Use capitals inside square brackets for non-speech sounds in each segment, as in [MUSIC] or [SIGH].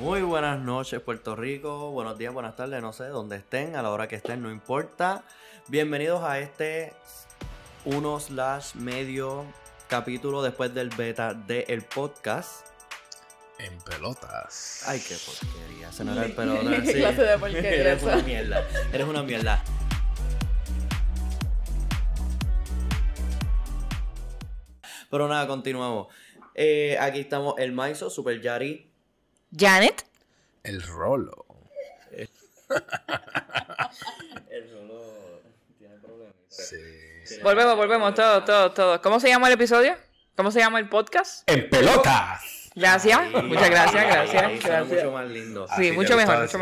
Muy buenas noches Puerto Rico, buenos días, buenas tardes, no sé, donde estén, a la hora que estén, no importa. Bienvenidos a este uno slash medio capítulo después del beta del podcast. En pelotas. Ay, qué porquería, [LAUGHS] se no era el pelota. Qué sí. clase de porquería Eres esa. una mierda, eres una mierda. Pero nada, continuamos. Eh, aquí estamos el Maiso, Super Yari, Janet. El rolo. El solo tiene problemas. Sí. Volvemos, volvemos, todo, todo, todo. ¿Cómo se llama el episodio? ¿Cómo se llama el podcast? En pelotas. Gracias, Ahí, muchas gracias, ahí, ahí gracias, suena gracias. mucho más lindo. Sí, mucho mejor, mucho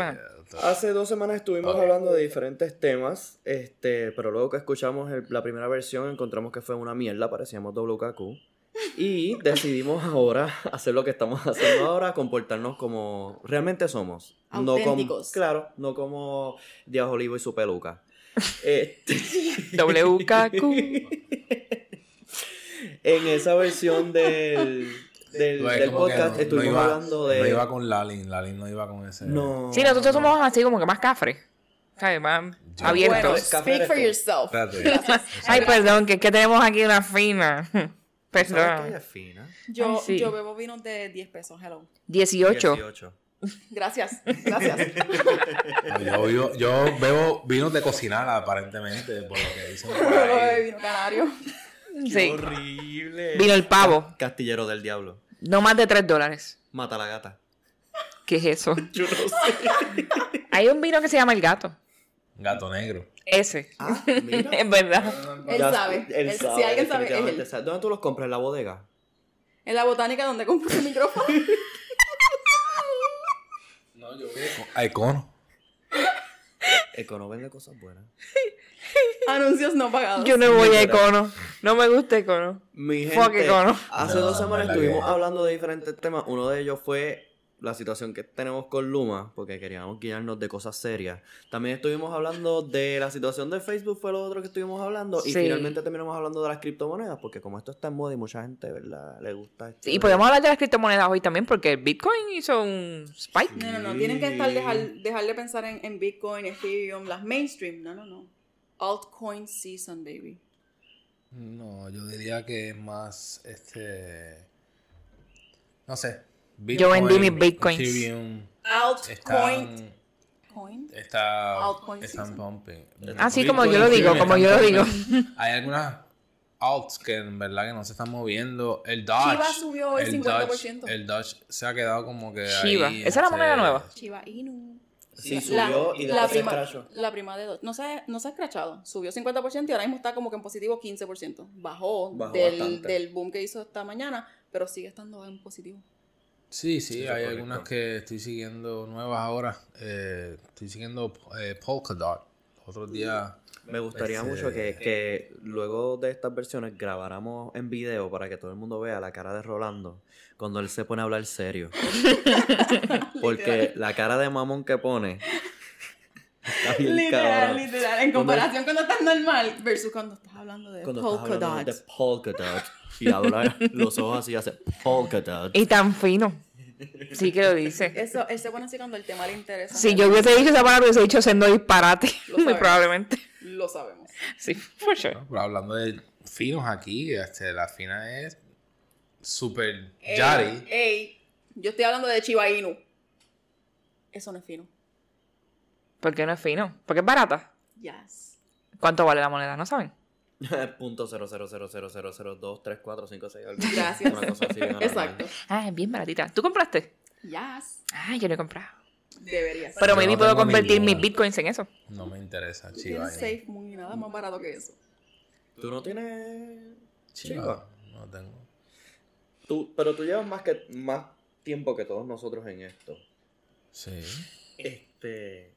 Hace dos semanas estuvimos hablando de diferentes temas, este, pero luego que escuchamos el- la primera versión encontramos que fue una mierda, parecíamos WKQ. [LAUGHS] Y decidimos ahora [LAUGHS] hacer lo que estamos haciendo ahora, comportarnos como realmente somos. No como, Auténticos. claro, no como Díaz Olivo y su [LAUGHS] peluca. Este, WKQ. [LAUGHS] en esa versión del, del, No, es del Pues, como que podcast no- estuvimos no iba- hablando de... No iba con Lalin, Lalin no iba con ese. No. Sí, nosotros somos así como que más cafres. ¿Sabes? Más Yo- Bueno, abiertos. Café Pues, speak eres for tú. yourself. Espérate. Ay, perdón, que, que tenemos aquí una fina. [LAUGHS] ¿Sabes que ella Perdón. es fina? Yo, Ay, sí. yo bebo vinos de 10 pesos, hello. 18. 18. [LAUGHS] Gracias, gracias. Yo, yo- yo bebo vinos de cocinar, aparentemente, por lo que dicen. por Yo no bebo ahí. vino canario. Sí. horrible. Vino el pavo. Castillero del diablo. No más de 3 dólares. Mata a la gata. ¿Qué es [LAUGHS] eso? Yo no sé. Hay un vino que se llama el gato. Gato negro. Ese. Ah, mira. Es verdad. Él sabe. Él- si alguien sabe, es él. definitivamente sabe. ¿Dónde tú los compras? ¿En la bodega? En la botánica donde compré el micrófono. [LAUGHS] Ay, cono. Econo vende cosas buenas. Anuncios no pagados. Yo no voy a Econo. No me gusta Econo. Mi gente, Fuck Econo. hace No, dos semanas mala estuvimos que- hablando de diferentes temas. Uno de ellos fue la situación que tenemos con Luma, porque queríamos guiarnos de cosas serias. También estuvimos hablando de la situación de Facebook, fue lo otro que estuvimos hablando. Y Sí. finalmente terminamos hablando de las criptomonedas, porque como esto está en moda y mucha gente, ¿verdad? Le gusta esto. Sí, y podemos hablar de las criptomonedas hoy también porque el Bitcoin hizo un spike. No, no, no. Tienen que estar dejar, dejar de pensar en, en Bitcoin, Ethereum, las mainstream. No, no, no. Altcoin season, baby. No, yo diría que es más este. No sé. Yo vendí mis bitcoins. Ethereum, Altcoin. están, Coin. está, Altcoin están season. pumping. Así Bitcoin, Ah, como yo lo digo, Ethereum como están yo lo digo. pumping. Hay algunas alts que en verdad que no se están moviendo. El Dodge. Shiba subió hoy el 50%. Dodge, el Dodge se ha quedado como que. Shiba. ahí, Esa es la este, moneda nueva. Chiva Inu. Sí, La- subió y la después se prima- escrachó. La prima de dos. No se, ha- no se ha escrachado. Subió 50% y ahora mismo está como que en positivo 15%. Bajó, Bajó del, bastante. del boom que hizo esta mañana, pero sigue estando en positivo. Sí, sí, Sí, hay correcto. algunas que estoy siguiendo nuevas ahora. Eh, estoy siguiendo eh, Polkadot. Los otros días. Me gustaría Este- mucho que, que luego de estas versiones grabáramos en video para que todo el mundo vea la cara de Rolando cuando él se pone a hablar [LAUGHS] serio. Porque la cara de mamón que pone. Está bien Literal, cabrón. literal. En comparación cuando estás normal versus cuando estás hablando de Cuando estás polka hablando de dots. polka dot y [LAUGHS] hablar los ojos así hace polka Eh. dot. Y tan fino. Sí que lo dice. Eso, él se pone así cuando el tema le interesa. Si yo hubiese dicho esa palabra, hubiese dicho siendo [LAUGHS] disparate. Lo Muy sabes. probablemente. Lo sabemos. Sí, for sure. ¿no? Pero hablando de finos aquí, este, la fina es super Ey, Yari. ey, yo estoy hablando de Chiba Inu. Eso no es fino. ¿Por qué no es fino? Porque es barata. Yes. ¿Cuánto vale la moneda? No saben. [LAUGHS] Punto cero cero cero cero cero cero dos tres cuatro cinco seis, algo así. Gracias. Una cosa así, bien [LAUGHS] Exacto. Ah, es bien baratita. ¿Tú compraste? Yes. Ah, yo no he comprado. Deberías. Pero Yo maybe no puedo tengo convertir ninguna. mis bitcoins en eso. No me interesa, Tiene Chiva. safe muy nada más barato que eso. normal. Tú no tienes. Chiva, no tengo. Tú, pero tú llevas más que más tiempo que todos nosotros en esto. Sí. Este.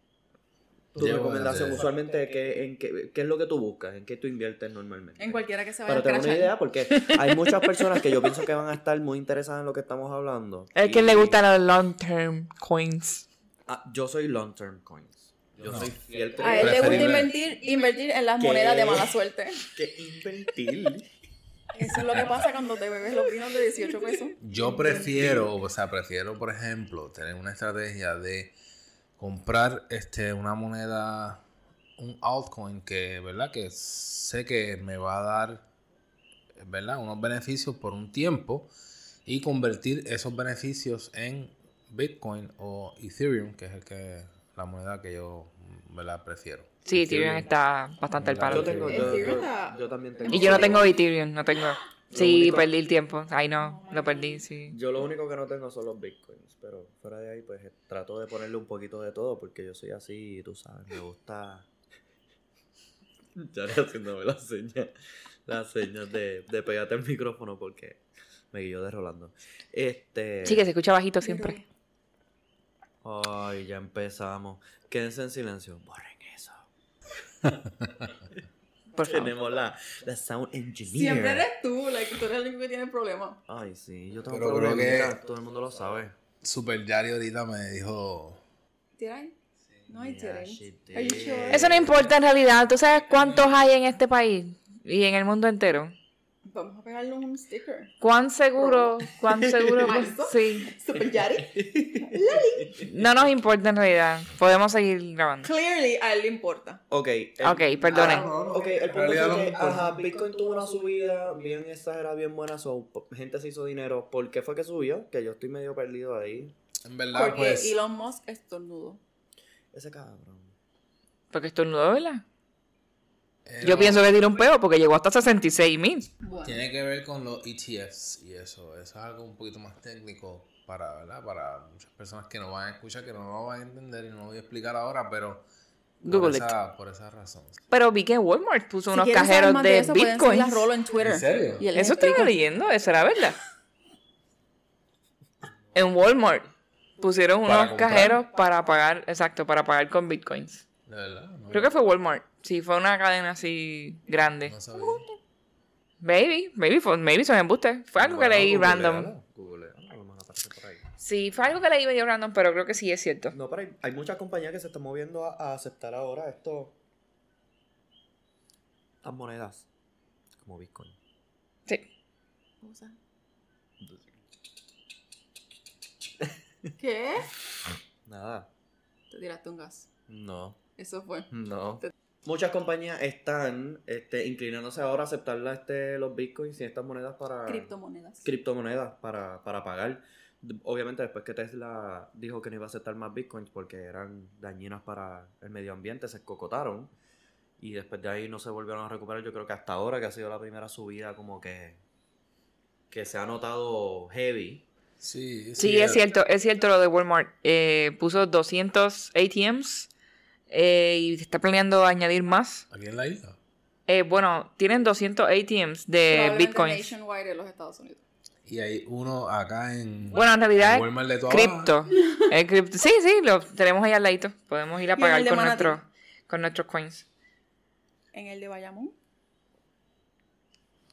Tu Llevo recomendación, desde- usualmente, ¿qué, en qué, qué es lo que tú buscas? ¿En qué tú inviertes normalmente? En cualquiera que se vaya Para tener a una escrachar. idea, porque hay muchas personas que yo pienso que van a estar muy interesadas en lo que estamos hablando. [LAUGHS] Es que Y- le gustan los long term coins. Ah, yo soy long term coins. Yo No. soy fiel A él le gusta Preferible. invertir, invertir en las ¿Qué? monedas de mala suerte. que invertir. Eso es lo que pasa cuando te bebes los vinos de [LAUGHS] 18 pesos. Yo prefiero, o sea, prefiero, por ejemplo, tener una estrategia de comprar este, una moneda, un altcoin que, ¿verdad? Que sé que me va a dar, ¿verdad? Unos beneficios por un tiempo y convertir esos beneficios en Bitcoin o Ethereum, que es el que, la moneda que yo, ¿verdad? Prefiero. Sí, Ethereum está bastante al paro. Yo, tengo, yo, yo- yo también tengo. Y yo no tengo Ethereum, no tengo. Sí, único- perdí el tiempo. Ahí no, lo perdí, sí. Yo lo único que no tengo son los bitcoins, pero fuera de ahí pues trato de ponerle un poquito de todo porque yo soy así, tú sabes, me gusta... [LAUGHS] Ya estoy haciéndome las señas, las señas de, de pegarte el micrófono porque me guilló de Rolando. Eh. Este... Sí, que se escucha bajito siempre. Ay, ya empezamos. Quédense en silencio, borren eso. [LAUGHS] Por favor. Tenemos la, la sound engineer. Siempre eres tú, like, tú eres el único que tiene el problema. Ay, sí, yo tengo Pero creo problemita, que- todo el mundo lo sabe. Super Yari ahorita me dijo, ¿Tiran? No hay Yeah, tiran. she Are you did. sure? Eso no importa en realidad. ¿Tú sabes cuántos hay en este país y en el mundo entero? Vamos a pegarle un sticker. [LAUGHS] ¿Cuán seguro, cuán seguro? sí. Super Yari. [LAUGHS] No nos importa en realidad. Podemos seguir grabando. Clearly a él le importa. Ok, Eh, el- Ok, perdonen. ah. Ok, el punto realidad fue Ah, no pues, que, me ajá, Bitcoin tuvo una subida bien exagerada, bien buena, so, po- gente se hizo dinero. ¿Por qué fue que subió? Que yo estoy medio perdido ahí. en verdad, Porque pues... Elon Musk estornudo. Ese cabrón. Porque estornudó, ¿verdad? eh, Yo no- pienso que tiró un peo porque llegó hasta 66 mil. Bueno. Tiene que ver con los ETFs y eso. Eso es algo un poquito más técnico para, ¿verdad? para muchas personas que no van a escuchar, que no lo van a entender y no lo voy a explicar ahora, pero por Google it. esa, por esa razón. Pero vi que Walmart puso Si unos quieren saber cajeros más de, eso, pueden Bitcoin. seguir a Rolo en Twitter. ¿En serio? Y él les Eso estaba explica. leyendo, eso era verdad. En Walmart pusieron Para unos comprar. cajeros para pagar, exacto, para pagar con bitcoins. De verdad, no, Creo que fue Walmart. Sí, fue una cadena así grande. no sabía. Maybe, maybe, fue, maybe son embustes. Fue algo que Bueno, leí googlealo, random. googlealo, a lo mejor aparece por ahí. Sí, fue algo que leí medio random, pero creo que sí es cierto. No, pero hay, hay muchas compañías que se están moviendo a, a aceptar ahora esto. Estas monedas. Como Bitcoin. Sí. [LAUGHS] Usa. ¿Qué? Nada. Te tiraste un gas. No. Eso fue. No. Muchas compañías están este, inclinándose ahora a aceptar la- este, los bitcoins y estas monedas Ah. para. Criptomonedas. Eh, criptomonedas para, para pagar. D- Obviamente después que Tesla dijo que no iba a aceptar más bitcoins porque eran dañinas para el medio ambiente, se escocotaron. Y después de ahí no se volvieron a recuperar. Yo creo que hasta ahora que ha sido la primera subida como que, que se ha notado [LAUGHS] heavy. Sí, eh, Sí, es cierto, es cierto lo de Walmart. Eh, puso 200 ATMs eh, y está planeando añadir más. Aquí en la isla. Eh, bueno, tienen 200 ATMs de Probablemente bitcoins. nationwide en los Estados Unidos. Y hay uno acá en. Bueno, en realidad en Walmart de tu es abajo. cripto. Es cripto. Sí, sí, lo tenemos ahí al ladito. Podemos ir a Y en pagar el de con, Manatí. nuestro, con nuestros coins. En el de Bayamón.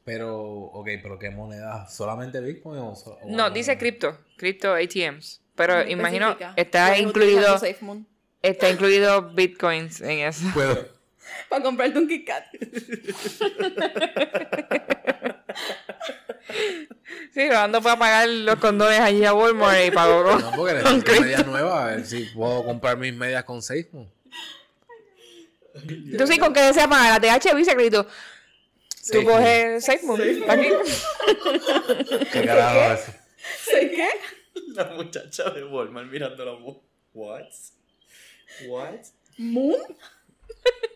Pero, ok, pero ¿qué moneda? ¿Solamente Bitcoin o.? so- o No, dice cripto, cripto ATMs. Pero No imagino, especifica. está Puedes incluido, utilizar tu SafeMoon está incluido bitcoins en eso. Puedo. Para comprarte un Kit Kat. [LAUGHS] Sí, Rolando fue a pagar los condones allí a Walmart y pagó con- No, porque necesito medias nuevas. A ver si puedo comprar mis medias con Seismo. [LAUGHS] Tú sí, con que desea pagar la TH Visa crédito. Tú Safemoon. coges SafeMoon. Aquí. ¿Qué carajo es? ¿Sé qué? [LAUGHS] La muchacha de Walmart mirando la What? What? ¿Moon?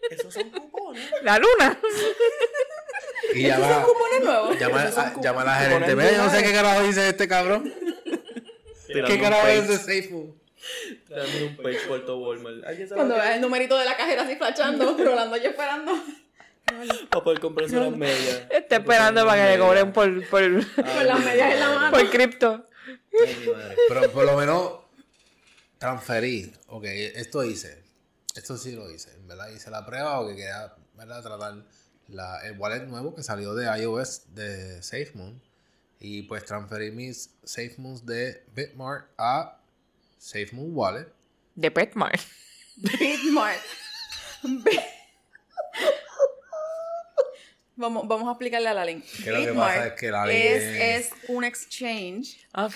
Esos son [LAUGHS] cupones. La [LAUGHS] luna. Y ya ¿Son va. cupones nuevos? Llama, Esos son a, cupones. llama a la Cupones gerente. Mira, yo no sé lunares. qué carajo dice este cabrón. Pues, ¿Qué carajo es ese safe food? Dame un page por todo Walmart. Ay, ¿sabes Cuando qué? veas el numerito de la cajera así flachando, Rolando yo esperando. Ah. Para poder [LAUGHS] comprarse unas medias. Está esperando para que le cobren por, por, [LAUGHS] Con las medias en la mano. por cripto. Ay, mi madre. Pero por lo menos transferí. Ok, esto hice. Esto sí lo hice. En verdad hice la prueba o que quería ¿verdad? tratar la, el wallet nuevo que salió de iOS de SafeMoon. Y pues transferí mis SafeMoons de Bitmart a SafeMoon Wallet. De Petmart. Bitmart. Bi- Vamos, vamos a explicarle a la ley. Que lo que pasa es que la ley es, es un exchange Ok.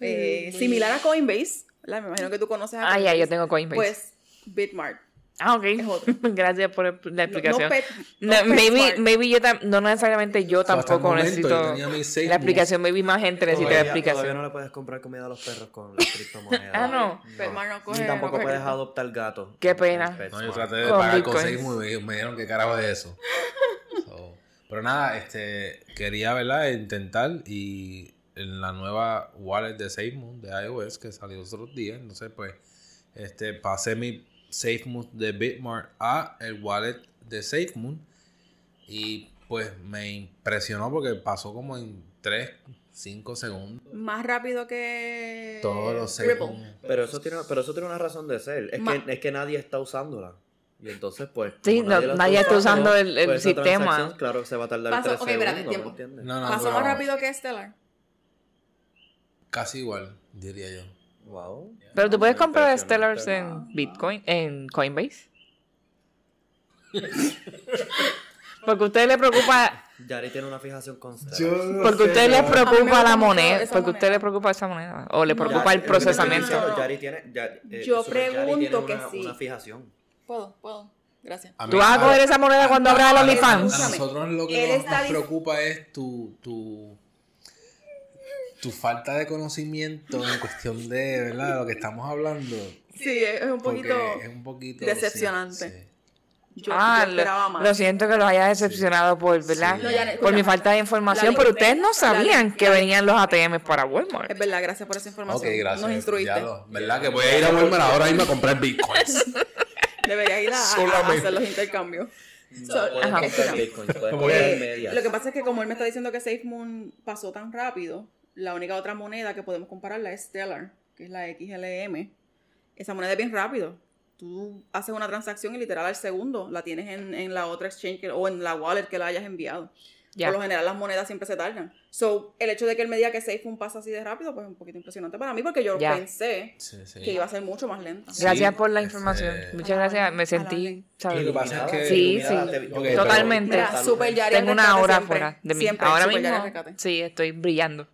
eh, similar a Coinbase. ¿verdad? Me imagino que tú conoces a Ah, ya, yo tengo Coinbase. Pues Bitmart. ah, ok. otro. [LAUGHS] Gracias por el- la No, no explicación. Pet- No, no maybe, PetSmart. maybe yo tam- no necesariamente yo sea, hasta el tampoco momento yo necesito tenía mis seis la explicación, maybe más gente necesita la todavía explicación. no le puedes comprar comida a los perros con las criptomonedas. [LAUGHS] Ah, no. Bitmart no coge- Ni tampoco no coge puedes cripto. adoptar gato. Qué pena. Pet No, yo Smart. traté de Con pagar con bitcoins. seis y me, me dijeron que carajo es [LAUGHS] eso. So, pero nada, este, quería, ¿verdad? Intentar y en la nueva wallet de SafeMoon de iOS que salió los otros días, entonces pues este, pasé mi SafeMoon de Bitmart a el wallet de SafeMoon y pues me impresionó porque pasó como en 3, 5 segundos. Más rápido que Todos los Ripple. SafeMoon. Pero eso, tiene, pero eso tiene una razón de ser. Es, Ma- que, es que nadie está usándola. Y entonces, pues. Sí, como no, la pues, nadie está usando el- el esa sistema. transacción, Claro, se va a tardar Paso- tres ok, espérate, segundos, tiempo. ¿me entiendes? No, no, Pasó pero más rápido que Stellar. Casi igual, diría yo. Wow. Pero tú puedes comprar Impresionante. Stellars en Bitcoin, en [LAUGHS] Coinbase. Porque a ustedes les preocupa, Yari tiene una fijación con Stellar. porque a ustedes les A mí me preocupa gusta la mucho moneda, esa porque a ustedes moneda. les preocupa esa moneda, o les No, Yari- preocupa es el lo que te estoy procesamiento. diciendo, Yari tiene, ya- eh, Yo Super Yari tiene pregunto que una- sí. Una fijación. Puedo, puedo. Gracias. A mí- ¿Tú vas a coger esa moneda cuando abra el a- OnlyFans? A nosotros lo Él que nos, está nos dis- preocupa es tu, tu, tu falta de conocimiento en cuestión de, ¿verdad? Lo que estamos hablando. Sí, es un Porque poquito. es un poquito decepcionante. sí, sí. Yo, Ah, yo lo- esperaba lo, más. siento que los haya decepcionado por, ¿verdad? No, ya, por escucha. mi falta de información, La pero ustedes limpieza, no sabían la que venían los ATM para Walmart. Es verdad, gracias por esa información. Ok, gracias. Nos instruiste. Ya lo- ¿Verdad? Que voy a ir a Walmart ahora mismo a comprar bitcoins. [LAUGHS] [LAUGHS] Deberías ir a, a- a Solamente. hacer los intercambios. So, Puedes Ajá. comprar escucha, Bitcoin, puedes [LAUGHS] Voy comprar eh, medias. lo que pasa es que como él me está diciendo que Safe Moon pasó tan rápido, la única otra moneda que podemos compararla es Stellar, que es la XLM. Esa moneda es bien rápido. Tú haces una transacción y literal al segundo la tienes en, en la otra exchange que- o en la wallet que la hayas enviado. Ya. Por lo general las monedas siempre se tardan. So, el hecho de que él me diga que SafeMoon pasa así de rápido, pues es un poquito impresionante para mí porque yo Ya. pensé Sí, sí. que iba a ser mucho más lenta. Sí. Gracias por la este- información. A Muchas la gracias. orden, Me a la sentí, orden. ¿sabes? Lo que pasa es que- Sí, sí. yo Ok, creo- Totalmente. Mira, super Yari Tengo una rescate hora siempre, fuera de mí. siempre, Ahora super Yari mismo, rescate. sí, estoy brillando.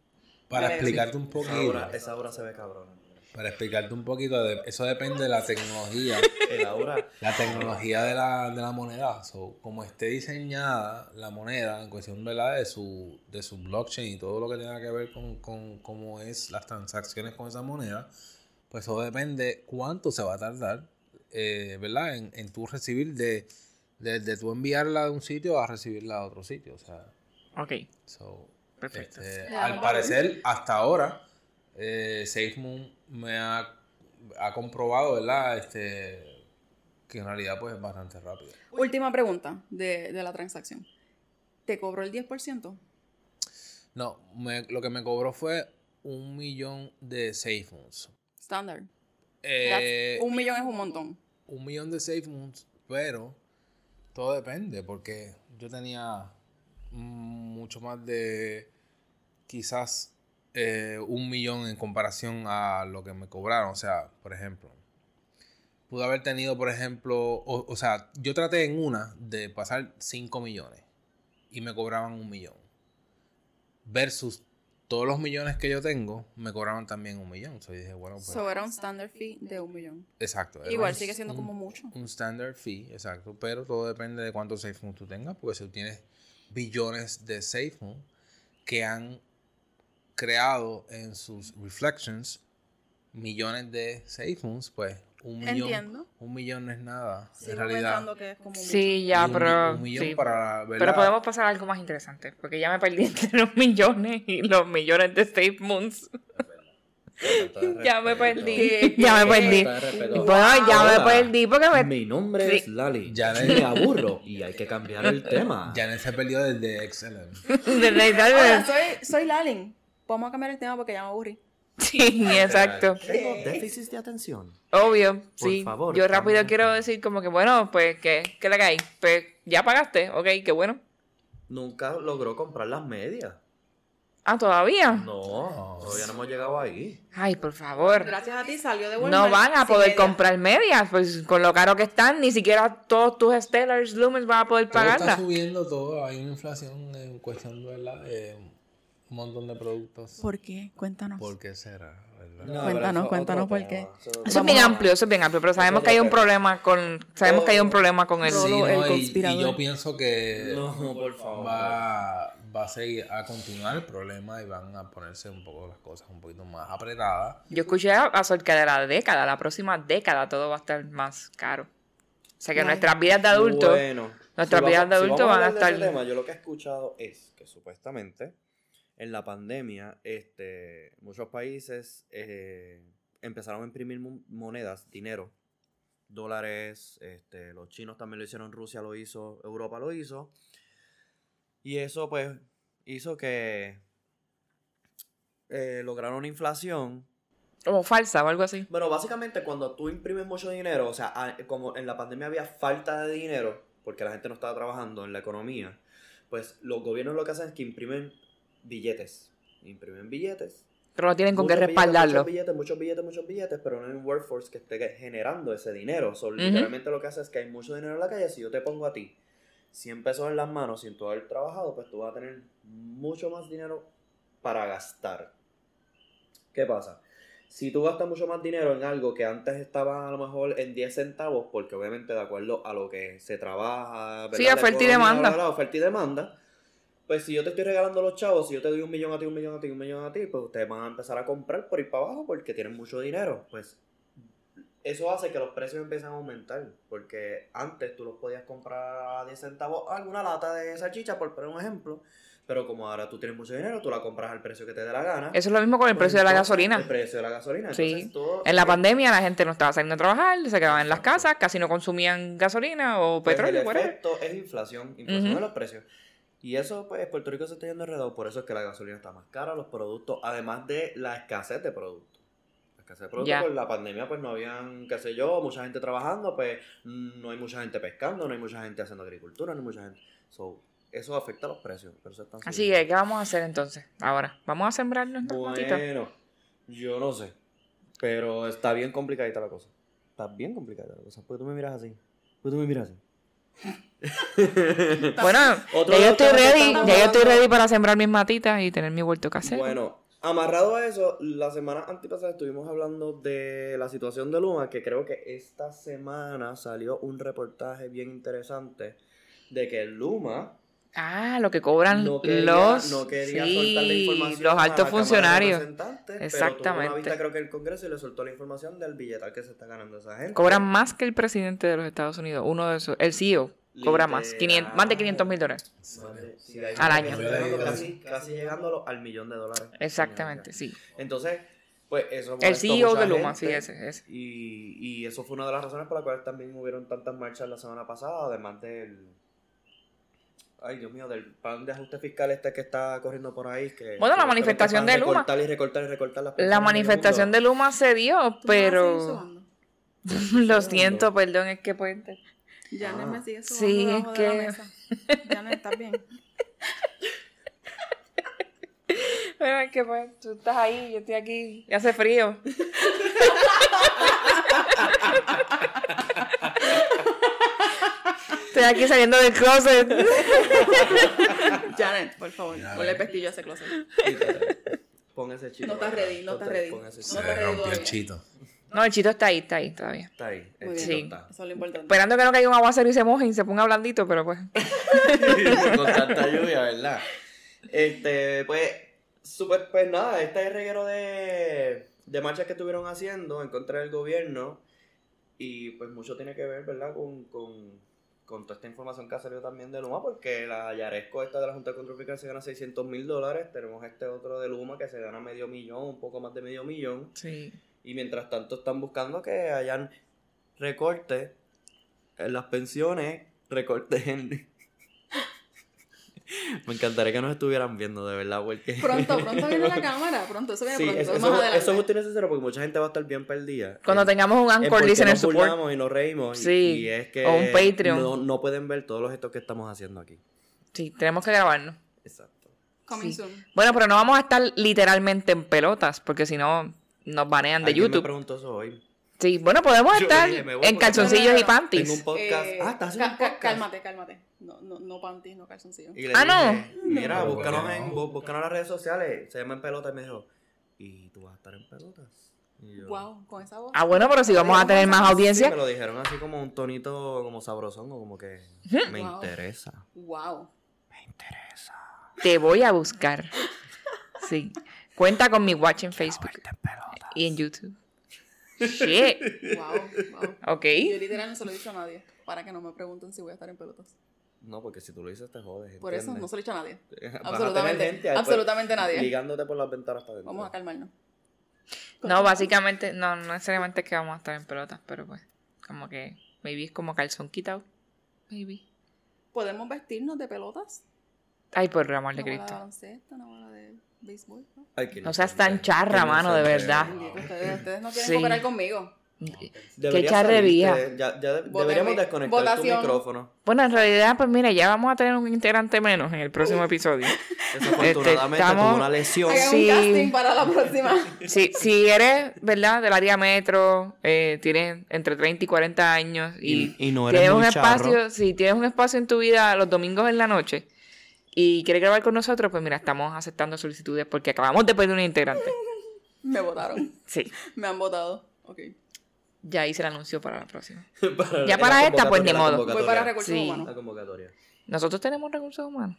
Para Dale, explicarte un Esa poquito, aura, esa aura se ve [LAUGHS] cabrona. para explicarte un poquito, de, eso depende de la tecnología. El aura. La tecnología de la, de la moneda, so, como esté diseñada la moneda en cuestión ¿verdad? De, su, de su blockchain y todo lo que tenga que ver con, con cómo es las transacciones con esa moneda, pues eso depende cuánto se va a tardar eh, ¿verdad? En, en tú recibir de, de, de tú enviarla de un sitio a recibirla a otro sitio. O sea, Ok. So, Perfecto. este, Ya, al vamos. parecer, hasta ahora, eh, SafeMoon me ha, ha comprobado, ¿verdad? Este, que en realidad pues es bastante rápido. Última pregunta de, de la transacción. ¿Te cobró el 10%? No, me- lo que me cobró fue un millón de SafeMoons. Standard. Eh, That's- un millón es un montón. un millón de SafeMoons, pero todo depende, porque yo tenía mm, mucho más de quizás eh, un millón en comparación a lo que me cobraron. O sea, por ejemplo, pude haber tenido, por ejemplo, o, o sea, yo traté en una de pasar 5 millones y me cobraban un millón. Versus todos los millones que yo tengo, me cobraban también un millón. Entonces dije, bueno, pues. So era un standard fee de un millón. Exacto. era Igual un- sigue siendo un- como mucho. Un standard fee, exacto. Pero todo depende de cuántos safe phones tú tengas, porque si tú tienes billones de safe phones que han creado en sus reflections millones de safe phones, pues un millón, Entiendo. un millón no es nada. Sigo en realidad. pensando que es como mucho. Sí, Y ya, un, pero. un millón sí. para ¿verdad? Pero podemos pasar a algo más interesante, porque ya me perdí [LAUGHS] entre los millones y los millones de Steve Moons. [LAUGHS] [LAUGHS] Ya me perdí. ¿Qué? [LAUGHS] Ya me perdí. Bueno, Bueno, ya me perdí porque me Mi nombre Sí. es Lali. Ya Ya ves. me aburro y hay que cambiar [LAUGHS] el tema. Janet se perdió desde [LAUGHS] XLM. [LAUGHS] De Hola, verdad, soy, soy Lalin. Vamos a cambiar el tema porque ya me aburrí. Sí, exacto. Tengo déficit de atención. Obvio, Por sí. favor, Yo rápido cambia. quiero decir como que, bueno, pues, ¿qué, qué le caí? Pues, ya pagaste, ok, qué bueno. Nunca logró comprar las medias. Ah, todavía. No, todavía no hemos llegado ahí. Ay, por favor. Gracias a ti salió de Walmart. No van a sin poder media. comprar medias, pues con lo caro que están, ni siquiera todos tus Stellars Lumens van a poder Todo está pagarlas. subiendo todo, hay una inflación en cuestión, ¿verdad? Eh, un montón de productos. ¿Por qué? Cuéntanos. ¿Por qué será? ¿verdad? No, Cuéntanos, pero eso es cuéntanos otro por qué. tema, eso es otro Eso es bien Vamos a- amplio, eso es bien amplio, pero sabemos Eso que hay un espera. problema con sabemos que hay un problema con el Sí, Solo no, el y- y, conspirador. yo pienso que No, por favor. va, va a seguir a continuar el problema y van a ponerse un poco las cosas un poquito más apretadas. Yo escuché a- acerca de la década, la próxima década todo va a estar más caro. O sea que Ay. nuestras vidas de adultos, Bueno, nuestras vidas vamos- de adultos vamos van a hablar de ese estar- tema, yo lo que he escuchado es que supuestamente en la pandemia este, muchos países eh, empezaron a imprimir mon- monedas, dinero, dólares, este, los chinos también lo hicieron, Rusia lo hizo, Europa lo hizo. Y eso pues hizo que eh, lograron una inflación como falsa o algo así. bueno, básicamente cuando tú imprimes mucho dinero, o sea, a- como en la pandemia había falta de dinero, porque la gente no estaba trabajando en la economía, pues los gobiernos lo que hacen es que imprimen billetes. Imprimen billetes. Pero no tienen con qué Muchos billetes, respaldarlo. Muchos billetes, muchos billetes, muchos billetes, pero no hay un workforce que esté generando ese dinero. So, Ujú. Literalmente lo que hace es que hay mucho dinero en la calle. Si yo te pongo a ti 100 pesos en las manos sin todo el trabajado, pues tú vas a tener mucho más dinero para gastar. ¿Qué pasa? Si tú gastas mucho más dinero en algo que antes estaba a lo mejor en 10 centavos, porque obviamente de acuerdo a lo que se trabaja, ¿verdad? Sí, La oferta y economía, demanda. bla, bla, oferta y demanda, pues si yo te estoy regalando los chavos, si yo te doy un millón a ti, un millón a ti, un millón a ti, pues ustedes van a empezar a comprar por ir para abajo porque tienen mucho dinero. Pues eso hace que los precios empiezan a aumentar. Porque antes tú los podías comprar a 10 centavos alguna lata de salchicha, por poner un ejemplo. Pero como ahora tú tienes mucho dinero, tú la compras al precio que te dé la gana. Eso es lo mismo con el Pues precio de la entonces, gasolina. El precio de la gasolina. Sí. Entonces, todo- En la pandemia la gente no estaba saliendo a trabajar, se quedaban en las Exacto. casas, casi no consumían gasolina o Pues petróleo, el whatever. efecto es inflación, inflación Ujú. de los precios. Y eso, pues, Puerto Rico se está yendo enredado, por eso es que la gasolina está más cara, los productos, además de la escasez de productos. La escasez de productos, Ya. por la pandemia, pues no habían, qué sé yo, mucha gente trabajando, pues mm, no hay mucha gente pescando, no hay mucha gente haciendo agricultura, no hay mucha gente. So, eso afecta los precios, por eso están Así subiendo. que, ¿qué vamos a hacer entonces? Ahora, vamos a sembrar nuestras Pues, matitas. Bueno, yo no sé, pero está bien complicadita la cosa. Está bien complicadita la cosa, porque tú me miras así, porque tú me miras así. Bueno, Otro ya de los yo temas estoy que ready, estamos ya yo estoy hablando- ready para sembrar mis matitas y tener mi huerto casero. Bueno, amarrado a eso, la semana antepasada estuvimos hablando de la situación de Luma, que creo que esta semana salió un reportaje bien interesante de que Luma Ah, lo que cobran no quería, los, no quería sí, soltar la información los a la Cámara altos de funcionarios. Representantes, pero tuvo una Exactamente. vista, creo que el Congreso y le soltó la información del billetal que se está ganando esa gente. Cobran más que el presidente de los Estados Unidos, uno de esos, el CEO, cobra más, 500 más de 500 mil dólares. Vale, sí, ahí Al está año. llegando Casi, casi llegándolo al millón de dólares. Exactamente, sí. Entonces, pues eso El molestó a CEO mucha de Luma, gente. sí, ese, ese. Y, y eso fue una de las razones por las cuales también hubieron tantas marchas la semana pasada, además del... Ay, Dios mío, del plan de ajuste fiscal este que está corriendo por ahí. Que Bueno, la supuestamente manifestación van a de Luma. Recortar y recortar y recortar las La pensiones manifestación del de Luma se dio, ¿Tú me vas a [LAUGHS] seguir pero sobando? lo siento, perdón, es que pues Ya no Ah. me sigues Sí, Sí, es es que... que- Ya no estás bien. Bueno, es que pues, tú estás ahí, yo estoy aquí, y hace frío. Estoy aquí saliendo del closet. Janet, por favor, Ya ponle ves. pestillo a ese closet. mundo. Pon ese chico. No estás para ready, acá. no estás Pon- ready. pon ese No chico. Se te le rompió el todavía. chito. No, el chito está ahí, está ahí todavía. Está ahí, el Muy chico bien. está. Eso es lo importante. Esperando que no caiga un aguacero y se moje y se ponga blandito, pero pues. [LAUGHS] con tanta lluvia, ¿verdad? Este, pues, super, pues nada, este reguero de, de marchas que estuvieron haciendo en contra del gobierno, y pues mucho tiene que ver, ¿verdad? Con, con, con toda esta información que ha salido también de Luma, porque la Yaresco esta de la Junta de Control Fiscal se gana 600 mil dólares, tenemos este otro de Luma que se gana medio millón, un poco más de medio millón, Sí. y mientras tanto están buscando que hayan recortes en las pensiones, recortes en... [LAUGHS] Me encantaría que nos estuvieran viendo, de verdad, porque... Pronto, pronto viene la cámara. Pronto, eso viene Sí, pronto. eso, más eso, adelante. eso es justo y necesario porque mucha gente va a estar bien perdida. Cuando En- tengamos un en Anchor por qué Listener nos Support. burlamos y nos reímos. y- Sí, Y, es que o un Patreon. No, no pueden ver todos los gestos que estamos haciendo aquí. Sí, tenemos que grabarnos. Exacto. Coming Sí. soon. Bueno, pero no vamos a estar literalmente en pelotas, porque si no nos banean de Alguien me YouTube. preguntó eso hoy. Sí, bueno, podemos Yo estar dije, me voy en porque tengo- calzoncillos y tengo un Tengo panties. un podcast. Eh, ah, estás ca- haciendo un ca- podcast. Cálmate, cálmate. No, no, no panties, no calzoncillos. Y le Ah, no. dije, Mira, No, búscanos bueno, en, no. bú- búscanos en las redes sociales. Se llama en pelota y me dijo, ¿y tú vas a estar en pelotas? Y yo, Wow, con esa voz. Ah, bueno, pero si vamos a tener más Sí, audiencia. me lo dijeron así como un tonito como sabrosón o como que me Wow. interesa. Wow. Me interesa. Te voy a buscar. Sí. Cuenta con mi watch en Facebook Verte en pelota. y en YouTube. Shit. Wow, wow. Ok. Yo literal no se lo he dicho a nadie. Para que no me pregunten si voy a estar en pelotas. No, porque si tú lo dices te jodes. Por eso ¿entiendes? no se lo he dicho a nadie. [LAUGHS] Vas a tener Absolutamente, gente ahí, pues, absolutamente nadie. Ligándote por las ventanas para adentro. Vamos a calmarnos. No, básicamente, no, no necesariamente es que vamos a estar en pelotas, pero pues, como que, maybe es como calzón quitado. Maybe. ¿Podemos vestirnos de pelotas? Ay, por el amor de Una bola de Cristo. baloncesto, una bola de béisbol. ¿no? Ay, que No seas inocente, tan charra, que mano, de inocente. verdad. Bendito, Ustedes, ustedes no quieren Ah. Sí. cooperar conmigo. Deberías charrería. salirte, Ya, ya de- Vótenme. deberíamos desconectar Votación. tu micrófono. Bueno, en realidad, pues mira, ya vamos a tener un integrante menos en el próximo episodio. Desafortunadamente Este, estamos- tuvo una [LAUGHS] lesión. Hagan Sí. un casting para la próxima. [LAUGHS] Si, si eres, ¿verdad? Del área metro, eh, tienes entre 30 y 40 años Y- y, y no eres tienes muy un charro. espacio, si tienes un espacio en tu vida los domingos en la noche y quieres grabar con nosotros, pues mira, estamos aceptando solicitudes porque acabamos de perder un integrante. Me votaron. Sí, Me han votado. Ok. ya hice el anuncio para la próxima. [LAUGHS] Para- Ya la para esta, pues, convocatoria, la ni modo. Voy para convocatoria. recursos Sí. humanos. La convocatoria. Nosotros tenemos recursos humanos.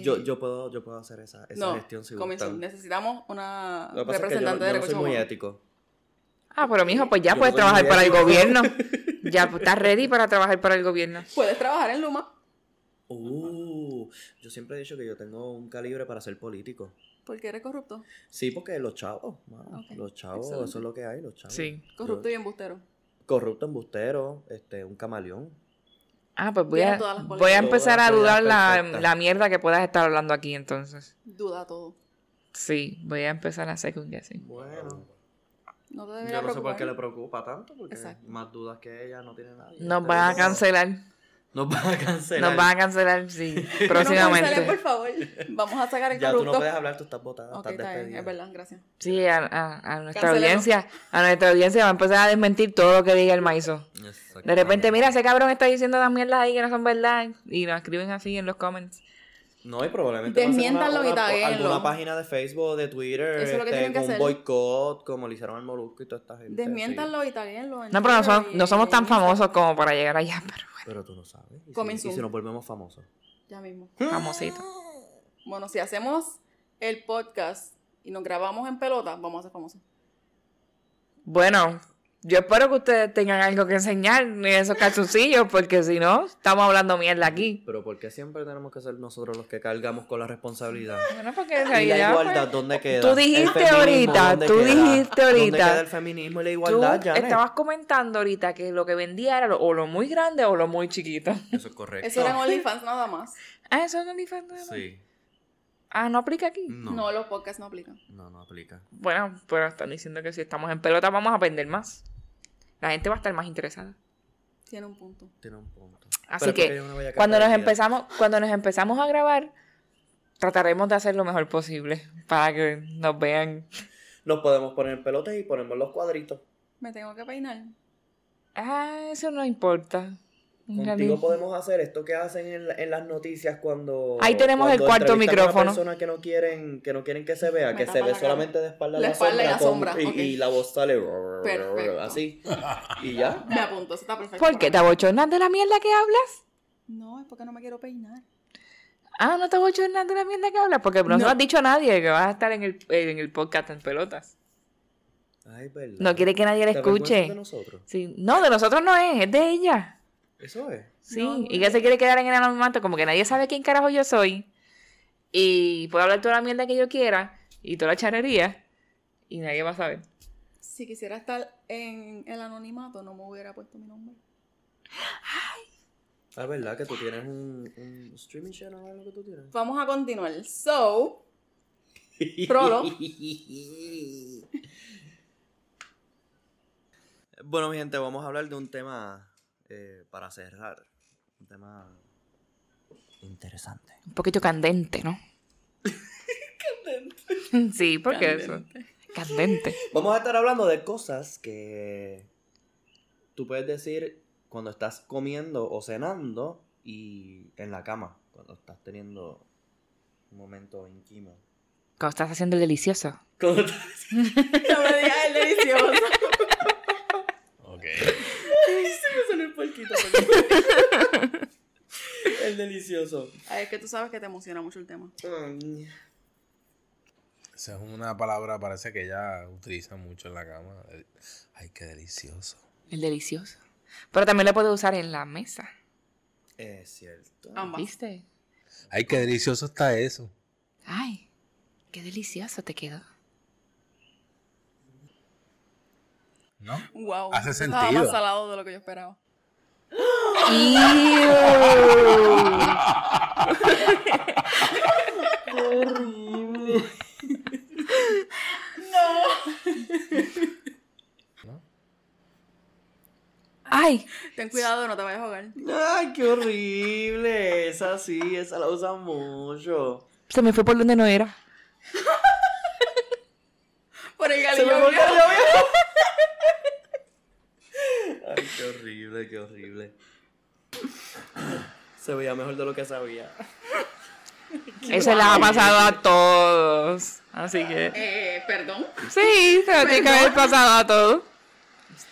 Yo, yo, puedo, yo puedo hacer esa, esa Eh, no, gestión si comenzó. gustan. Necesitamos una Lo que pasa es que yo, representante yo de no soy recursos muy humanos. ético. Ah, pero mijo, pues ya Yo puedes no soy muy trabajar para el ético. [LAUGHS] gobierno. Ya pues, estás ready para trabajar para el gobierno. Puedes trabajar en Luma. Uh, yo siempre he dicho que yo tengo un calibre para ser político. Porque eres corrupto. Sí, porque los chavos, mano, Ok, los chavos, excelente. eso es lo que hay, los chavos. Sí. Corrupto Yo- y embustero. corrupto embustero, este, un camaleón. Ah, pues voy a, Tiene todas las voy a cualidades. empezar a Todas las dudar la, perfectas. la mierda que puedas estar hablando aquí entonces. Duda todo. Sí, voy a empezar a second guessing. Bueno, No te debería yo no sé por preocupar. qué le preocupa tanto, porque Exacto. más dudas que ella no tiene nadie. Nos van a cancelar. Nos van a cancelar. Nos van a cancelar, [LAUGHS] sí, No nos cancelen, por próximamente. favor. Vamos a sacar el Ya tú no corrupto. puedes hablar, tú estás botada, ok, estás está bien. Es despedida. verdad, gracias. Sí, a, a- a nuestra Cancélalo. audiencia, a nuestra audiencia va a empezar a desmentir todo lo que diga el maizo. Exacto. De repente, mira, ese cabrón está diciendo las mierdas ahí que no son verdad y nos escriben así en los comments. No, y probablemente va a ser Desmiéntanlo una, y una- taguéenlo. alguna página de Facebook, o de Twitter, Eso es lo este, que tienen que con un hacer. boicot, como le hicieron al Molusco y toda esta gente. Desmiéntanlo y taguenlo. No, pero no, son- no somos tan famosos como para llegar allá, [LAUGHS] pero sí. Pero tú no sabes. ¿Y si, Coming y soon. si nos volvemos famosos. Ya mismo. famosito. Bueno, si hacemos el podcast y nos grabamos en pelota, vamos a ser famosos. Bueno, yo espero que ustedes tengan algo que enseñar en esos calzoncillos, porque si no, estamos hablando mierda aquí. Pero ¿por qué siempre tenemos que ser nosotros los que cargamos con la responsabilidad? Bueno, porque en ¿Y la realidad, igualdad pues, dónde queda? tú ¿El dijiste feminismo ahorita, dónde tú queda? dijiste ¿Dónde ahorita. queda el feminismo y la tú igualdad, Janet? estabas comentando ahorita que lo que vendía era lo- o lo muy grande o lo muy chiquito. Eso es correcto. Eso eran OnlyFans nada más. Ah, eso es OnlyFans. nada más. Sí. Ah, no aplica aquí. No. No, No, los podcasts no aplican. no, aplica. Bueno, pero están diciendo que si estamos en pelota vamos a vender más. La gente va a estar más interesada. Tiene un punto. Tiene un punto. Así Pero es que, porque yo no voy a Cuando cantar nos el día. empezamos, cuando nos empezamos a grabar, trataremos de hacer lo mejor posible para que nos vean. Nos podemos poner pelotas y ponemos los cuadritos. Me tengo que peinar. Ah, eso no importa. En realidad. Contigo podemos hacer esto que hacen en, la- en las noticias cuando. Ahí tenemos el cuando cuarto entrevistan a una micrófono. persona que no quieren que, no quieren que se vea, Me que tapa se ve la cara. solamente de espalda, a La espalda y la con- sombra, y, ok. y la voz sale. Perfecto. Así. Y ya. Me apunto, eso está perfecto. ¿Por qué te para mí. abochornas de la mierda que hablas? No, es porque no me quiero peinar. Ah, no te abochornas de la mierda que hablas porque no, se lo No. has dicho a nadie que vas a estar en el, en el podcast en pelotas. Ay, verdad. No quiere que nadie la ¿Te avergüenzas de escuche. nosotros? Sí. No, de nosotros no es, es de ella. Eso es. Sí, No, no, y que se quiere quedar en el anonimato, como que nadie sabe quién carajo yo soy. Y puedo hablar toda la mierda que yo quiera y toda la charrería y nadie va a saber. Si quisiera estar en el anonimato, no me hubiera puesto mi nombre. Ah, Es verdad que tú tienes un, un streaming channel, ¿es lo que tú tienes? Vamos a continuar. So, Prolo. [LAUGHS] bueno, mi gente, vamos a hablar de un tema eh, para cerrar. Un tema interesante. Un poquito candente, ¿no? [LAUGHS] Sí, porque eso. Candente. Candente. Vamos a estar hablando de cosas que tú puedes decir cuando estás comiendo o cenando y en la cama, cuando estás teniendo un momento íntimo. Cuando estás haciendo el delicioso. Cuando [LAUGHS] estás- [LAUGHS] No me digas el delicioso. Ok. Se me sonó el puerquito. perdón. [LAUGHS] El delicioso. Ay, es que tú sabes que te emociona mucho el tema. Mm. Esa es una palabra, parece que ya utilizan mucho en la cama. El- Ay, qué delicioso. El delicioso. Pero también lo puedes usar en la mesa. Es cierto. Ambas. ¿Viste? Ay, qué delicioso está eso. Ay, qué delicioso te [LAUGHS] quedó. ¿No? Wow. Hace esto sentido. Estaba más salado de lo que yo esperaba. ¿No? Ay, Ten cuidado, no te vayas a ahogar. Ay, qué horrible. Esa sí, esa la usan mucho. se me fue por donde no era. Por el Se me galillo. volvió viejo. la vida. Ay, qué horrible, qué horrible. Se veía mejor de lo que sabía. Eso le ha pasado a todos. Así que. Eh, perdón. Sí, se lo tiene que haber pasado a todos.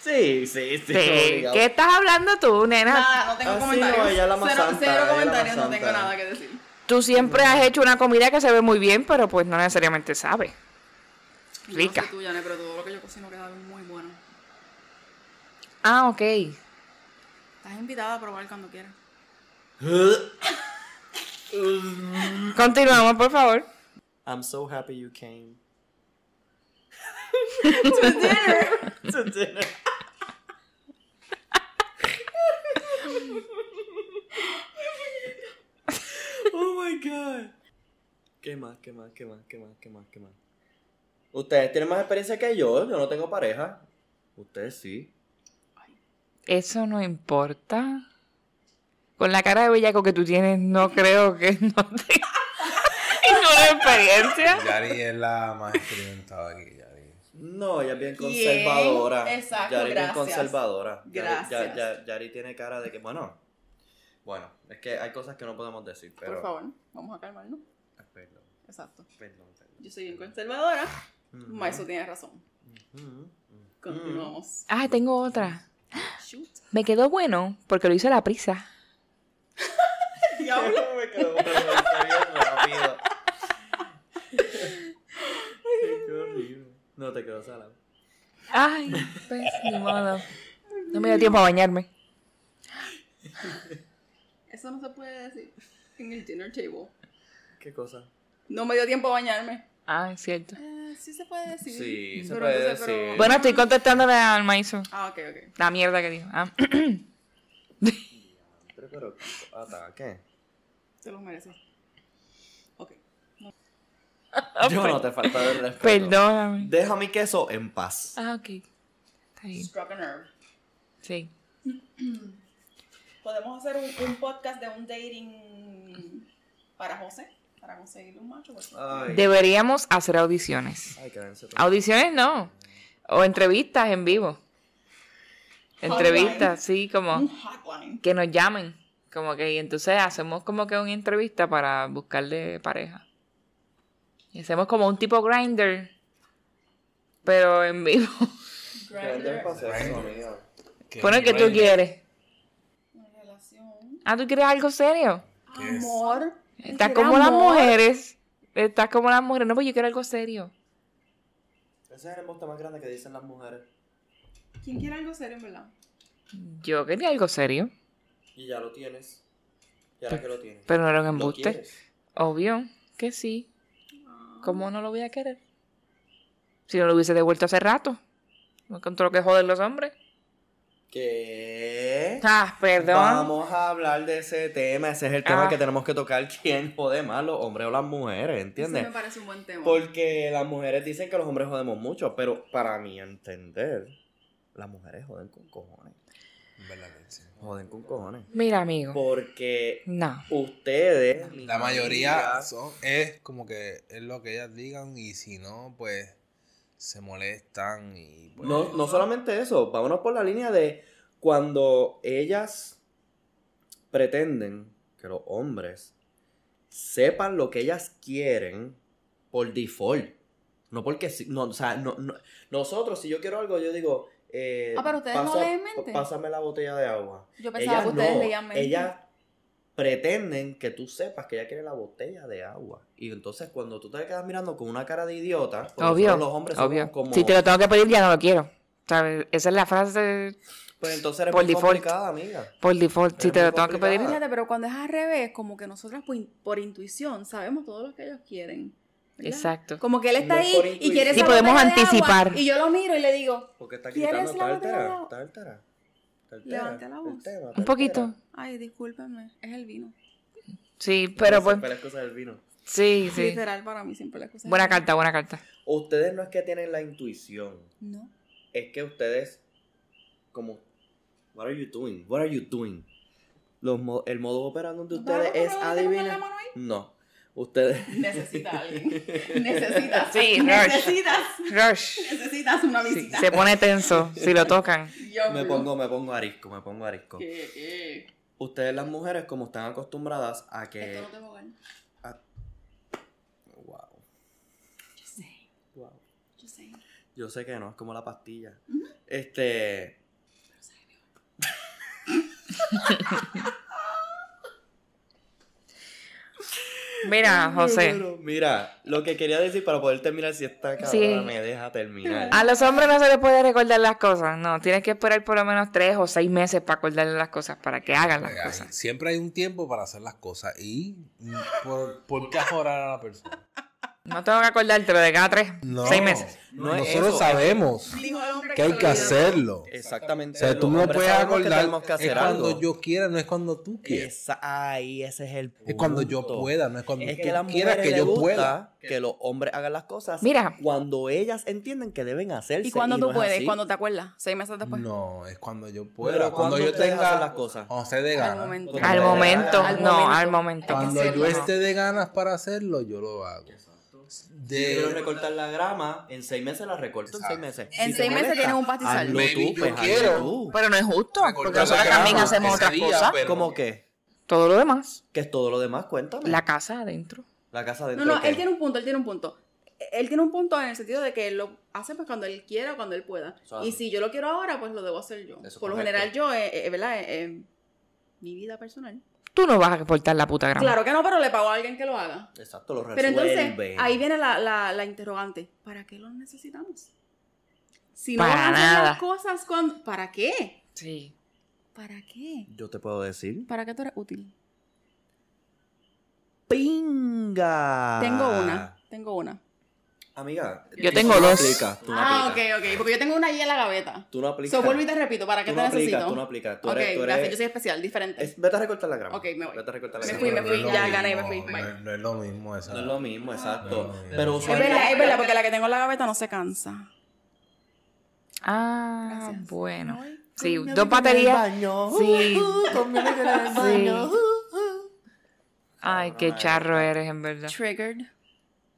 Sí, sí, sí. Sí, ¿Qué estás hablando tú, nena? Nada, no tengo Ah, sí, comentarios. no, ella la más cero, santa, cero ella la más comentarios, no santa. tengo nada que decir. Tú siempre has hecho una comida que se ve muy bien, pero pues no necesariamente sabe. Rica. No sé tú, Yane, pero todo lo que yo cocino queda muy bueno. Ah, ok. Estás invitada a probar cuando quieras. Continuamos, por favor. I'm so happy you came. [LAUGHS] to dinner. to dinner. oh my god. ¿Qué más? ¿Qué más? ¿Qué más? ¿Qué más? ¿Qué más? ¿Qué más? Ustedes tienen más experiencia que yo. Yo no tengo pareja. Ustedes sí. Eso no importa. Con la cara de bellaco que tú tienes, no creo que [LAUGHS] no te... ninguna experiencia. Yari es la más experimentada aquí, Yari. No, ella es bien Bien, conservadora. exacto, Yari es bien gracias. conservadora. Yari- Gracias. Ya, ya- Yari tiene cara de que, bueno, bueno, es que hay cosas que no podemos decir, pero. Por favor, vamos a calmarnos. Ah, Perdón, Exacto. perdón, perdón. Yo soy bien conservadora. Ujú, Maiso tiene razón. ujú, ujú. Continuamos. Ah, tengo otra. Mm. Shoot. Me quedó bueno porque lo hice a la prisa. Diablo. [LAUGHS] Me quedo con la vuelta bien rápido. Sí, qué horrible. No te quedó salado. Ay, pues ni modo. No me dio tiempo a bañarme. Eso no se puede decir en el dinner table. ¿Qué cosa? No me dio tiempo a bañarme. Ah, es cierto. Eh, sí se puede decir. Sí, se Pero puede entonces, pero- decir. Bueno, estoy contestándole al maízo. Ah, ok, ok. La mierda que dijo. Ah. Pero, pero, ataque. Te los mereces. Ok. Yo no te falta de respeto. [COUGHS] Perdóname. Deja mi queso en paz. Ah, ok. Está bien. Struck a nerve. Sí. Podemos hacer un, un podcast de un dating para José, para conseguir un macho. porque- Ay, Deberíamos hacer audiciones. ay, quédense todos. Audiciones no. O entrevistas en vivo. Entrevistas, sí, Un como hotline. que nos llamen. Como que, y entonces hacemos como que una entrevista para buscarle pareja. Y hacemos como un tipo grinder, pero en vivo. Grindr Grindr. pa' sexo, amigo. Bueno, ¿qué tú quieres? Una relación. Ah, ¿tú quieres algo serio? ¿Qué es? Amor. Estás Era como las amor. mujeres. Estás como las mujeres. No, pues yo quiero algo serio. Ese es el embuste más grande que dicen las mujeres. ¿Quién quiere algo serio, en verdad? Yo quería algo serio, Y ya lo tienes. Y ahora que lo tienes. pero no era un ¿Lo embuste. quieres? Obvio que sí. ¿Cómo no lo voy a querer? Si no lo hubiese devuelto hace rato. No encontró que joder los hombres. ¿Qué? Ah, perdón. Vamos a hablar de ese tema. Ese es el tema Ah. que tenemos que tocar. ¿Quién jode más, los hombres o las mujeres? Ese ¿Entiendes? me parece un buen tema. Porque las mujeres dicen que los hombres jodemos mucho, pero para mi entender, las mujeres joden con cojones. En verdad que sí. Joden con cojones. Mira, amigo. Porque No. ustedes. La mayoría son, es como que es lo que ellas digan y si no, pues se molestan y pues, No, no solamente eso, vámonos por la línea de cuando ellas pretenden que los hombres sepan lo que ellas quieren por default. No porque sí- no, o sea, no- no- nosotros, si yo quiero algo, yo digo, eh, Ah, pero ustedes no leen mente. pásame la botella de agua. Yo pensaba Ellas que ustedes no, leían mente. ellas pretenden que tú sepas que ella quiere la botella de agua. Y entonces cuando tú te quedas mirando con una cara de idiota, porque Obvio. nosotros los hombres somos obvio. como Si te lo tengo que pedir, ya no lo quiero. ¿Sabes? Esa es la frase Pues entonces eres Por muy default. complicada, amiga. por default. Si Es te muy lo tengo que pedir, complicado. Fíjate, pero cuando es al revés, como que nosotras por, in- por intuición sabemos todo lo que ellos quieren. ¿verdad? Exacto. Como que él está No ahí por y intuición. quiere Y esa podemos botella de anticipar. agua, y yo lo miro y le digo, Porque está ¿Quieres gritando, la está botella de altera, agua? está altera. Está altera, Levanta la está voz. altera, está Un poquito. altera. ay, discúlpame, es el vino. Sí, pero pues. Para las cosas del vino. Sí, sí. Literal para mí siempre la excusa es Buena el vino. carta, buena carta. Ustedes no es que tienen la intuición, No. es que ustedes como What are you doing? What are you doing? Los mo- el modo operando de ¿No te vas a ustedes es comprar una botella con la adivinar. mano ahí? No. Ustedes [LAUGHS] Necesita alguien. Necesitas. [LAUGHS] Sí, necesitas. Rush. Necesitas una Sí, visita. se pone tenso si lo tocan. Yo me creo pongo me pongo arisco, me pongo arisco. que- que- Ustedes las mujeres como están acostumbradas a que Esto no te va a ganar. wow, Yo sé, wow. yo sé. Yo sé que no, es como la pastilla. Este Mira, José. Pero, mira, lo que quería decir para poder terminar, si esta cabrona Sí. me deja terminar. Ah. A los hombres no se les puede recordar las cosas, no. Tienes que esperar por lo menos tres o seis meses para acordarle las cosas, para que hagan las Ay, cosas. siempre hay un tiempo para hacer las cosas y mm, por, por qué ajorar a la persona. No tengo que acordártelo de cada tres, seis meses. No es nosotros eso. sabemos Dijo el hombre que hay se que olvidó. hacerlo. O Exactamente. sea, tú Los no hombres puedes sabemos que acordar. tenemos que hacer es cuando algo. yo quiera, no es cuando tú quieras. Esa- ahí ese es el punto. Es cuando yo pueda, no es cuando Es tú que las quieras mujeres que les yo gusta pueda. que los hombres hagan las cosas Mira. cuando ellas entienden que deben hacerse. ¿Y cuando tú no es puedes? así. cuando te acuerdas? Seis meses Pues. después. No, es cuando yo pueda. Pero cuando yo ustedes tenga hacen las cosas. Cuando esté de Al ganas. momento. Porque Al no- momento, Al no, momento. al momento. Cuando hacerlo, yo ¿no? esté de ganas para hacerlo, yo lo hago. Si De- quiero recortar la grama, en seis meses la recorto en seis meses. En te seis meses molesta, tienes un pastizal. hazlo Baby, tú, yo pues, hazlo quiero. tú. Pero no es justo, porque Recortar la nosotros también grama hacemos ese otras día, pues. cosas. pero- ¿Cómo qué? Todo lo demás, Que es todo lo demás, cuéntame. la casa adentro. La casa No, dentro no, ¿qué? él tiene un punto, él tiene un punto. Él tiene un punto en el sentido de que lo hace pues cuando él quiera o cuando él pueda. Exacto. Y si yo lo quiero ahora, pues lo debo hacer yo. Eso es Por lo correcto. general yo, eh, eh, ¿verdad? Eh, eh, mi vida personal. Tú no vas a cortar la puta grama. Claro que no, pero le pago a alguien que lo haga. Exacto, lo Pero resuelven. entonces, ahí viene la, la- la interrogante. ¿Para qué los necesitamos? Si no Para van a hacer nada. las cosas cuando... ¿Para qué? Sí. ¿Para qué? Yo te puedo decir. ¿Para qué tú eres útil? ¡Pinga! Tengo una, tengo una. Amiga, Yo tú tengo no dos. aplicas, tú no ah, aplicas. ok, ok. Porque yo tengo una ahí en la gaveta. Tú no aplicas. So, vuelvo y te repito, ¿para qué tú te no aplicas, necesito? tú no aplicas. Tú ok, eres, tú eres- gracias, yo soy especial, diferente. es- Vete a recortar la grama. Ok, me voy. Vete a recortar la Me grama. fui, me Pero no fui, es lo ya gané, me fui, mismo, bye. No, es- no es lo mismo esa. No es lo mismo, exacto. No, no, no. Pero Es Es usualmente... verdad, es verdad, porque la que tengo en la gaveta no se cansa. Ah, Gracias. bueno. Ay, Sí, Con mi amiga en dos el baterías. baño, Sí. uh, uh, con mi amiga en el baño, Sí. uh, uh. Ay, qué charro eres, en verdad. Triggered.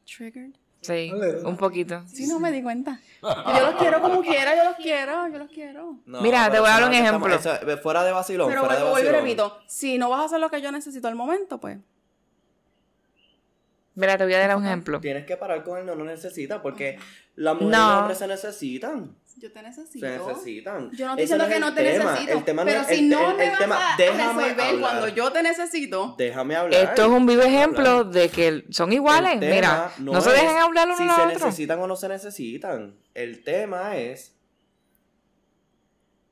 Triggered. Sí, un poquito. Sí, no me di cuenta. Yo los quiero como quiera, yo los quiero, yo los quiero. No, Mira, te pero voy a dar un eso no ejemplo. estamos- eso- fuera de vacilón, Pero fuera de vuelvo, vuelvo y vacilón. repito, si no vas a hacer lo que yo necesito al momento, pues. Mira, te voy a dar un ejemplo. Tienes que parar con el no, no necesita, porque las mujeres y No. los hombres se necesitan. Yo te necesito. Se necesitan. Yo no estoy Ese diciendo es que el no te tema. necesito. El tema pero es- si el- no el- me el vas tema- a déjame resolver hablar. cuando yo te necesito. Déjame hablar. Esto es un vivo Déjame ejemplo hablar. de que son El iguales. tema Mira, no, se es dejan hablar uno si al se otro. necesitan o no se necesitan. El tema es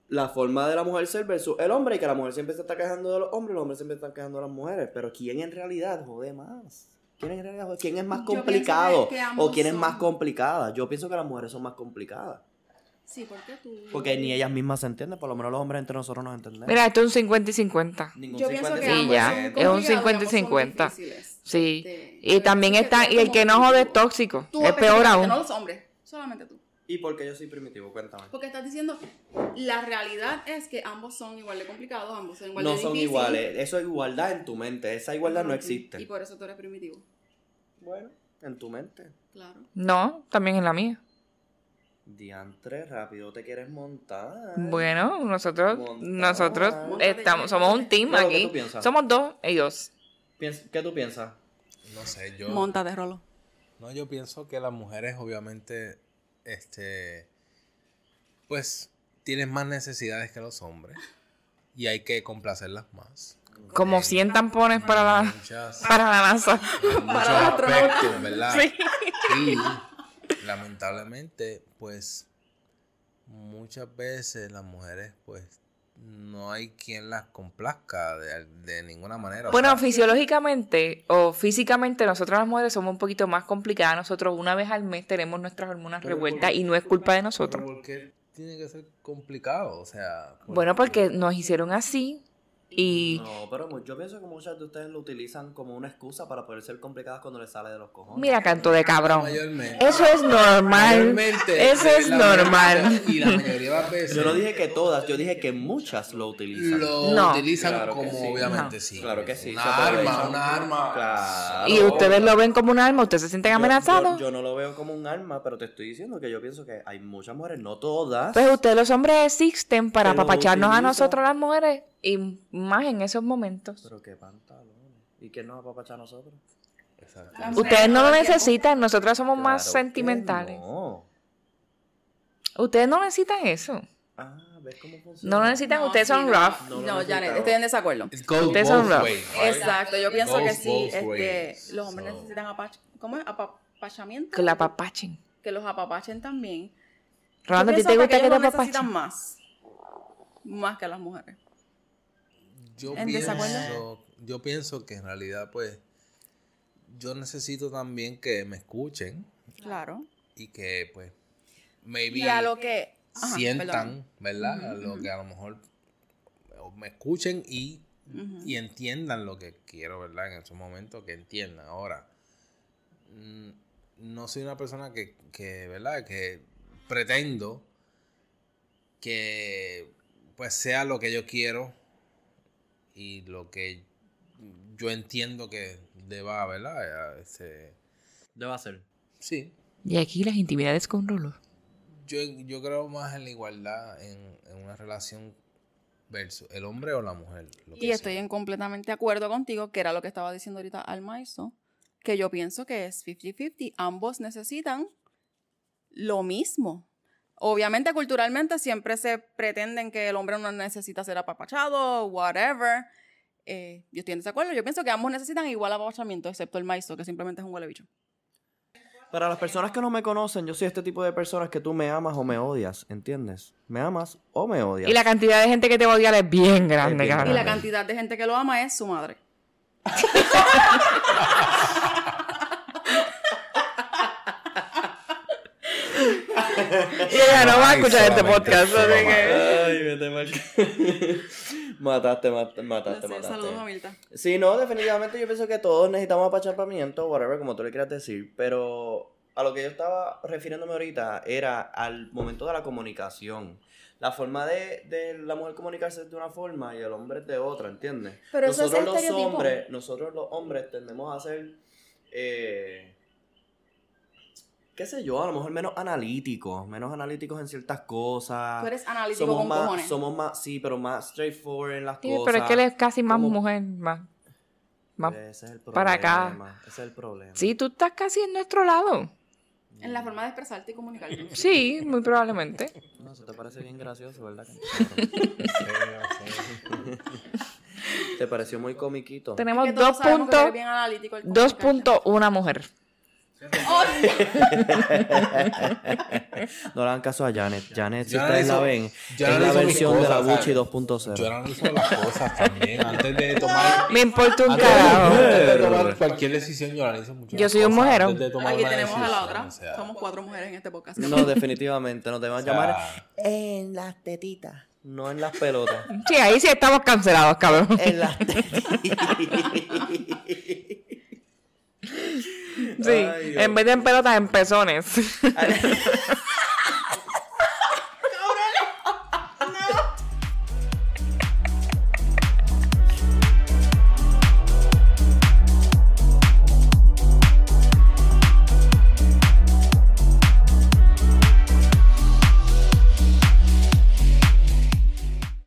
la forma de la mujer ser versus el hombre y que la mujer siempre se está quejando de los hombres, los hombres siempre están quejando de las mujeres. Pero ¿quién en realidad jode más? ¿Quién, en realidad jode? ¿Quién es más Yo pienso complicado? que- que ambos ¿O quién es más son. complicada? Yo pienso que las mujeres son más complicadas. Sí, porque tú. Porque ni ellas mismas se entienden, por lo menos los hombres entre nosotros nos entendemos. Mira, esto es un 50 y 50. Ningún Yo pienso que 55%. ambos Sí, ya. ambos Es son un complicados, 50. ambos son difíciles. Sí. Este, Y pero también sí que está, tú y el como que no jode es individuo. tóxico. Tú es peor específicamente, aún. No los hombres, solamente tú. ¿Y por qué yo soy primitivo? Cuéntame. Porque estás diciendo, la realidad es que ambos son igual de complicados, ambos son igual de No son difíciles. iguales. Eso es igualdad en tu mente. Esa igualdad no Ok. existe. Y por eso tú eres primitivo, Bueno, en tu mente. claro. No, también es la mía. Diantre, rápido te quieres montar. Bueno, nosotros, Montón. nosotros Montate, estamos, Jay, somos un montate. team Rolo, ¿qué tú aquí. piensas? Somos dos, ellos. Piens- ¿Qué tú piensas? No sé, yo. Monta de rolo. No, yo pienso que las mujeres obviamente, este, pues tienen más necesidades que los hombres y hay que complacerlas más. Como En 100 tampones para la, [LAUGHS] muchas- para la NASA. en muchos los astronautas. aspectos, ¿verdad? Sí. [LAUGHS] Y lamentablemente, pues muchas veces las mujeres, pues no hay quien las complazca de, de ninguna manera. o Bueno, sea, fisiológicamente o físicamente, nosotras las mujeres somos un poquito más complicadas. Nosotros una vez al mes tenemos nuestras hormonas Pero revueltas por- y no es culpa de pero nosotros. ¿por qué tiene que ser complicado? O sea, ¿por Bueno, qué? porque nos hicieron así y... No, pero mu- yo pienso que muchas de ustedes lo utilizan como una excusa para poder ser complicadas cuando les sale de los cojones. Mira, canto de cabrón. mayormente. Eso es normal. Mayormente, Eso de es la normal. mayoría- Y la mayoría de las veces Yo no dije que todas, yo dije que muchas lo utilizan. lo No. utilizan Claro que como sí. obviamente No. sí. Claro que sí, se Una aprovechan. arma, una arma. Claro. Y ustedes lo ven como un arma, ustedes se sienten Yo- amenazados. Yo, yo no lo veo como un arma, pero te estoy diciendo que yo pienso que hay muchas mujeres, no todas. Pues ustedes los hombres existen para Que lo apapacharnos a utilizan. nosotros las mujeres y más en esos momentos. Pero qué pantalones. ¿Y quién nos apapacha a nosotros? Exacto. Las mujeres Ustedes no lo todo el tiempo- necesitan, nosotras somos más Claro que sentimentales. No. Ustedes no necesitan eso. Ah, ¿ves cómo funciona? No lo necesitan, No, ustedes sí, son no. rough. No lo No, Janet, necesitaba. estoy en desacuerdo. It goes Ustedes son both rough. ways, right? Exacto, yo pienso Goes que sí, both este, ways. los hombres So- necesitan apach ¿cómo es? apapachamiento. Que la apapachen. que los apapachen también. Rolando, ¿a ti te Yo pienso gusta que te ellos lo necesitan apapachen? más. Más que las mujeres. Yo ¿En pienso, desacuerdo? yo pienso que en realidad, pues, yo necesito también que me escuchen Claro. y que, pues, maybe Y a lo que ajá, sientan, ¿verdad? Lo que a lo mejor o me escuchen y, Ujú. y entiendan lo que quiero, ¿verdad? En esos momentos que entiendan. Ahora, mm, no soy una persona que, que, ¿verdad? Que pretendo que pues sea lo que yo quiero y lo que yo entiendo que deba, ¿verdad? Este, Debe ser. sí, Y aquí las intimidades con Rulo. yo, yo creo más en la igualdad en, en una relación versus el hombre o la mujer. lo que Pues Y sea. estoy en completamente acuerdo contigo, que era lo que estaba diciendo ahorita Almaizo, que yo pienso que es 50-50. Ambos necesitan lo mismo. Obviamente, culturalmente siempre se pretenden que el hombre no necesita ser apapachado, whatever. Eh, yo estoy en desacuerdo. Yo pienso que ambos necesitan igual apapachamiento, excepto el maizo, que simplemente es un huele bicho. Para las personas que no me conocen, yo soy este tipo de personas que tú me amas o me odias, ¿entiendes? Me amas o me odias. Y la cantidad de gente que te va a odiar es bien grande, bien Y cabrón. la cantidad de gente que lo ama es su madre. Y ella no va a Ay, escuchar este solamente podcast. su así mamá. que- Ay, vete mal. [LAUGHS] mataste, mat- mataste, Gracias, Saludos a mataste. Mirta. Sí, no, definitivamente yo pienso que todos necesitamos apachapamiento, whatever, como tú le quieras decir, pero a lo que yo estaba refiriéndome ahorita era al momento de la comunicación. La forma de, de la mujer comunicarse es de una forma y el hombre es de otra, ¿entiendes? Pero eso es nosotros los estereotipo. hombres, nosotros los hombres tendemos a ser, eh, qué sé yo, a lo mejor menos analíticos, menos analíticos en ciertas cosas. Tú eres analítico Ah, somos con más, cojones. somos más, sí, pero más straightforward en las Sí, cosas. pero es que él es casi más como- Eh. mujer, más. más- Ese es el problema. para acá. Ese es el problema. Sí, tú estás casi en nuestro lado. En la forma de expresarte y comunicarte. Sí, muy [LAUGHS] probablemente. No, eso te parece bien gracioso, [LAUGHS] ¿verdad? te pareció muy comiquito. Tenemos Que todos dos sabemos que tú puntos, eres bien analítico al dos comunicarte. puntos, una mujer. [LAUGHS] No le hagan caso a Janet. Janet, si Janet ustedes la hizo- ven, Janet es la hizo mis versión de la cosas, Gucci ¿sabes? 2.0. Yo analizo las cosas también. Antes [LAUGHS] de tomar, Ah, Me importa un antes de- [LAUGHS] carajo. antes de tomar cualquier decisión, yo analizo mucho. Yo soy un mujerón. Aquí tenemos a la otra. Somos cuatro mujeres en este podcast. No, definitivamente, no te van a llamar en las tetitas, no en las pelotas. Sí, ahí sí estamos cancelados, cabrón. [LAUGHS] En las tetitas. Sí, en vez de en pelotas, en pezones.